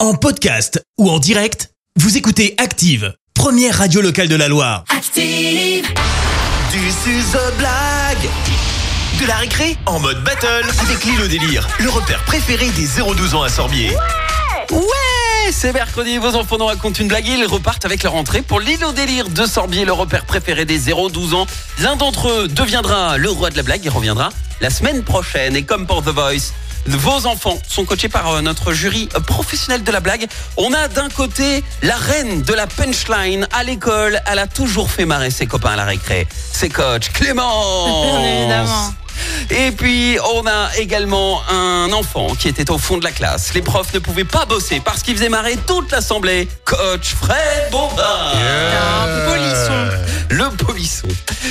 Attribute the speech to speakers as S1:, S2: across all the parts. S1: En podcast ou en direct, vous écoutez Active, première radio locale de la Loire.
S2: Active,
S3: Du suzo blague De la récré en mode battle avec Lilo Délire, le repère préféré des 0-12 ans à Sorbier.
S4: Ouais, c'est mercredi, vos enfants nous racontent une blague, ils repartent avec leur entrée pour l'île au délire de Sorbier, le repère préféré des 0-12 ans. L'un d'entre eux deviendra le roi de la blague et reviendra la semaine prochaine. Et comme pour The Voice, vos enfants sont coachés par euh, notre jury euh, professionnel de la blague. On a d'un côté la reine de la punchline à l'école. Elle a toujours fait marrer ses copains à la récré. Ses coachs, Clémence.
S5: Bien évidemment.
S4: Et puis, on a également un enfant qui était au fond de la classe. Les profs ne pouvaient pas bosser parce qu'ils faisaient marrer toute l'assemblée. Coach Fred Bombard
S5: Un polisson.
S4: Le polisson.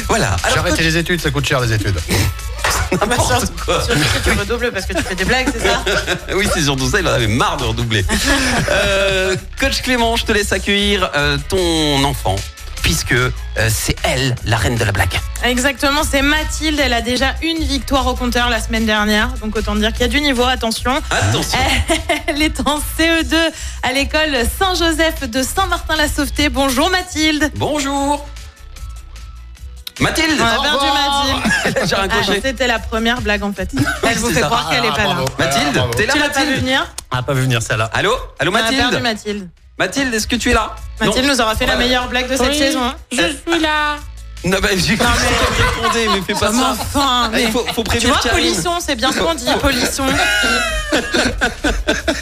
S4: Voilà.
S6: J'ai
S4: Alors,
S6: arrêté les études, ça coûte cher les études.
S4: coach, n'importe quoi.
S5: Tu redoubles parce que tu fais des blagues, c'est ça
S4: Oui, c'est surtout ça, il en avait marre de redoubler. Euh, coach Clément, je te laisse accueillir euh, ton enfant puisque euh, c'est elle, la reine de la blague.
S5: Exactement, c'est Mathilde. Elle a déjà une victoire au compteur la semaine dernière. Donc autant dire qu'il y a du niveau, attention.
S4: Attention.
S6: Eh.
S5: Elle est en CE2 à l'école Saint-Joseph de Saint-Martin-la-Sauveté. Bonjour Mathilde.
S4: Bonjour. Mathilde
S5: On a perdu Mathilde.
S4: J'ai
S5: Ah,
S4: raccroché.
S5: C'était la première blague en fait. Elle vous
S4: c'est
S5: fait
S4: ça.
S5: croire qu'elle n'est pas là.
S4: Mathilde, t'es là
S5: Tu l'as pas vu
S4: Mathilde
S5: venir
S6: Ah, pas vu venir celle-là.
S4: Allô Allô
S6: Ah,
S5: On a perdu
S4: Mathilde
S5: Mathilde.
S4: Mathilde, est-ce que tu es là
S5: Mathilde
S4: Non.
S5: nous aura fait la
S4: Ouais.
S5: meilleure blague de cette
S7: Oui,
S5: saison. hein.
S7: Je suis là.
S4: Non, bah, j'ai cru que tu répondais, mais fais pas
S5: Mais
S4: ça.
S5: enfin,
S4: Eh,
S5: mais-
S4: Il faut, faut
S5: Tu
S4: prévenir
S5: vois,
S4: Karine.
S5: polisson, c'est bien ce qu'on dit, polisson.
S6: T'as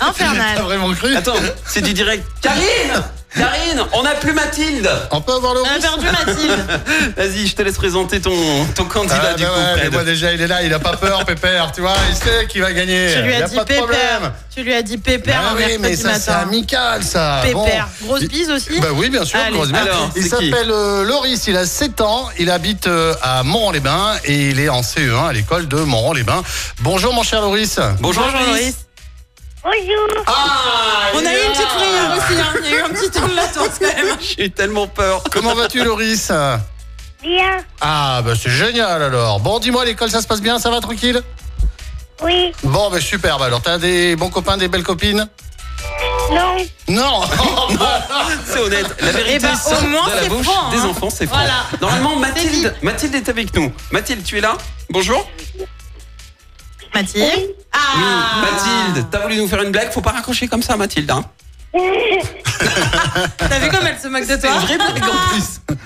S5: Infernal.
S6: vraiment cru
S4: Attends, c'est du direct. Karine Karine, on n'a plus Mathilde
S6: On peut avoir le
S5: On a
S6: russe
S5: perdu Mathilde.
S4: Vas-y, je te laisse présenter ton, ton
S6: Ah,
S4: candidat
S6: bah
S4: du coup,
S6: ouais, mais
S4: Fred.
S6: moi déjà il est là, il a pas peur Pépère, tu vois, il sait qu'il va gagner.
S5: Tu lui
S6: Il Eh, y
S5: as
S6: a
S5: dit
S6: pas de
S5: pépère.
S6: problème.
S5: Tu lui as dit pépère
S6: Ah
S5: un
S6: oui, mais
S5: mercredi
S6: ça c'est
S5: matin.
S6: amical ça. Bon.
S5: Pépère. Grosse
S6: Il-
S5: bise aussi.
S6: Bah oui, bien sûr.
S5: Allez.
S6: grosse merde.
S4: Alors,
S6: il
S4: c'est qui
S6: s'appelle euh, Loris, il a 7 ans, il habite euh, à Montand-les-Bains et il est en CE1 à l'école de Montand-les-Bains. Bonjour mon cher Loris.
S4: Bonjour, Loris.
S5: Loris.
S4: Ah,
S5: On a eu une petite frayeur aussi, hein. il y a eu un petit temps de latence quand même.
S4: J'ai tellement peur.
S6: Comment vas-tu Loris
S8: Bien,
S6: Ah bah c'est génial alors. Bon dis-moi l'école ça se passe bien, ça va tranquille
S8: oui,
S6: Bon, bah super. Bah alors, t'as des bons copains, des belles copines
S8: non,
S6: Non
S4: C'est honnête. La vérité
S5: Eh ben, au
S4: sort
S5: moins,
S4: de la
S5: c'est
S4: bouche
S5: franc, hein.
S4: des enfants, c'est franc.
S5: Voilà.
S4: Normalement,
S5: dit.
S4: Mathilde, Mathilde est avec nous. Mathilde, tu es là Bonjour.
S5: Mathilde. Ah.
S4: Mathilde, t'as voulu nous faire une blague Faut pas raccrocher comme ça, Mathilde. hein.
S5: T'as vu comme elle se moque de
S4: C'est
S5: toi
S4: une vraie blague en plus.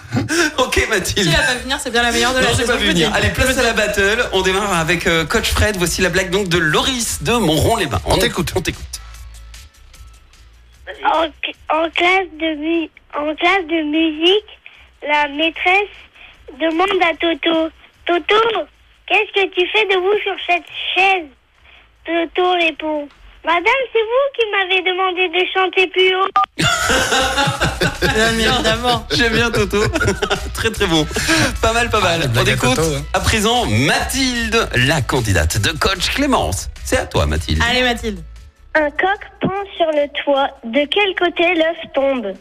S4: ok,
S5: Si
S4: Mathilde.
S5: elle va pas venir, c'est bien la meilleure de la
S4: Non, j'ai
S5: saison,
S4: pas
S5: je
S4: vu
S5: vous
S4: venir.
S5: dis.
S4: Allez, place à la battle. On démarre avec euh, Coach Fred. Voici la blague donc de Loris de Monron-les-Bains.
S6: On t'écoute.
S4: On t'écoute.
S8: en, en classe de mu- en classe de musique, la maîtresse demande à Toto, Toto, qu'est-ce que tu fais debout sur cette chaise Toto répond, Madame, c'est vous qui m'avez demandé de chanter plus haut.
S5: Bien évidemment.
S4: J'aime bien Toto. très très bon. Pas mal, pas mal. on
S6: blague à
S4: écoute
S6: Toto, hein.
S4: à présent Mathilde, la candidate de Coach Clémence. C'est à toi, Mathilde.
S5: Allez Mathilde.
S8: Un coq pond sur le toit. De quel côté l'œuf tombe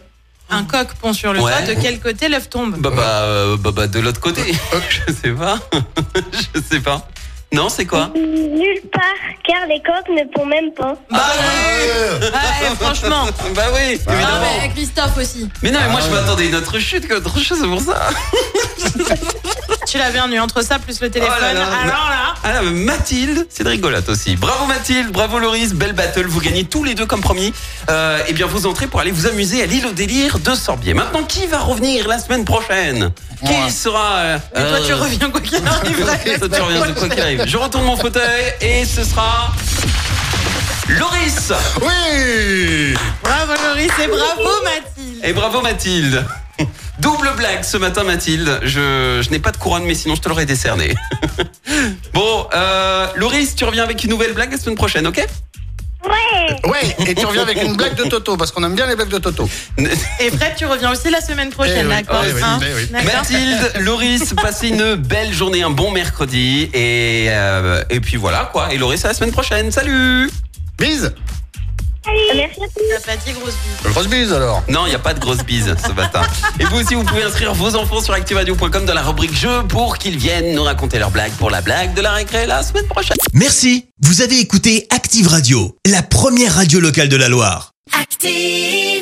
S5: Un coq pond sur le
S4: Ouais.
S5: toit, de quel côté l'œuf tombe
S4: Bah, bah, euh, bah, bah, de l'autre côté. Je sais pas. Je sais pas. Non, c'est quoi
S8: Nulle part, car les coqs ne pondent même pas.
S5: Bah
S6: Euh,
S5: oui. Ouais, franchement.
S4: Bah oui,
S5: Ah,
S4: évidemment. Ah,
S5: mais Christophe aussi.
S4: Mais non, mais moi je m'attendais à une autre chute qu'autre chose, c'est pour ça.
S5: Tu l'as bien eu entre ça plus le téléphone.
S4: Oh là là.
S5: Alors là,
S4: Ah non, mais Mathilde, c'est de rigolote aussi. Bravo Mathilde, bravo Loris, belle battle, vous gagnez tous les deux comme promis. Euh, et bien vous entrez pour aller vous amuser à l'île au délire de Sorbier. Maintenant, qui va revenir la semaine prochaine
S6: Moi.
S4: Qui sera... euh,
S5: mais toi tu
S4: euh,
S5: reviens quoi qu'il arrive.
S4: Toi, tu reviens de quoi qu'il arrive. Je retourne mon fauteuil et ce sera... Loris
S6: oui
S5: Bravo Loris et bravo Mathilde.
S4: Et bravo Mathilde Double blague ce matin Mathilde, je, je n'ai pas de couronne mais sinon je te l'aurais décerné. bon, euh, Loris, tu reviens avec une nouvelle blague la semaine prochaine, ok
S8: Ouais
S6: Ouais, et tu reviens avec une blague de Toto, parce qu'on aime bien les blagues de Toto.
S5: Et Fred, tu reviens aussi la semaine
S6: Eh
S5: prochaine,
S6: oui,
S5: d'accord
S6: eh oui,
S5: hein
S6: eh oui.
S5: D'accord
S4: Mathilde, Loris, passez une belle journée, un bon mercredi et, euh, et puis voilà quoi. Et Loris à la semaine prochaine, salut
S6: Bise
S8: Merci à tous.
S5: T'as pas dit grosse bise.
S6: Grosse bise alors
S4: Non, il n'y a pas de grosse bise ce matin. Et vous aussi, vous pouvez inscrire vos enfants sur activeradio.com dans la rubrique jeu pour qu'ils viennent nous raconter leur blague pour la blague de la récré la semaine prochaine.
S1: Merci, vous avez écouté Active Radio, la première radio locale de la Loire.
S2: Active. Active.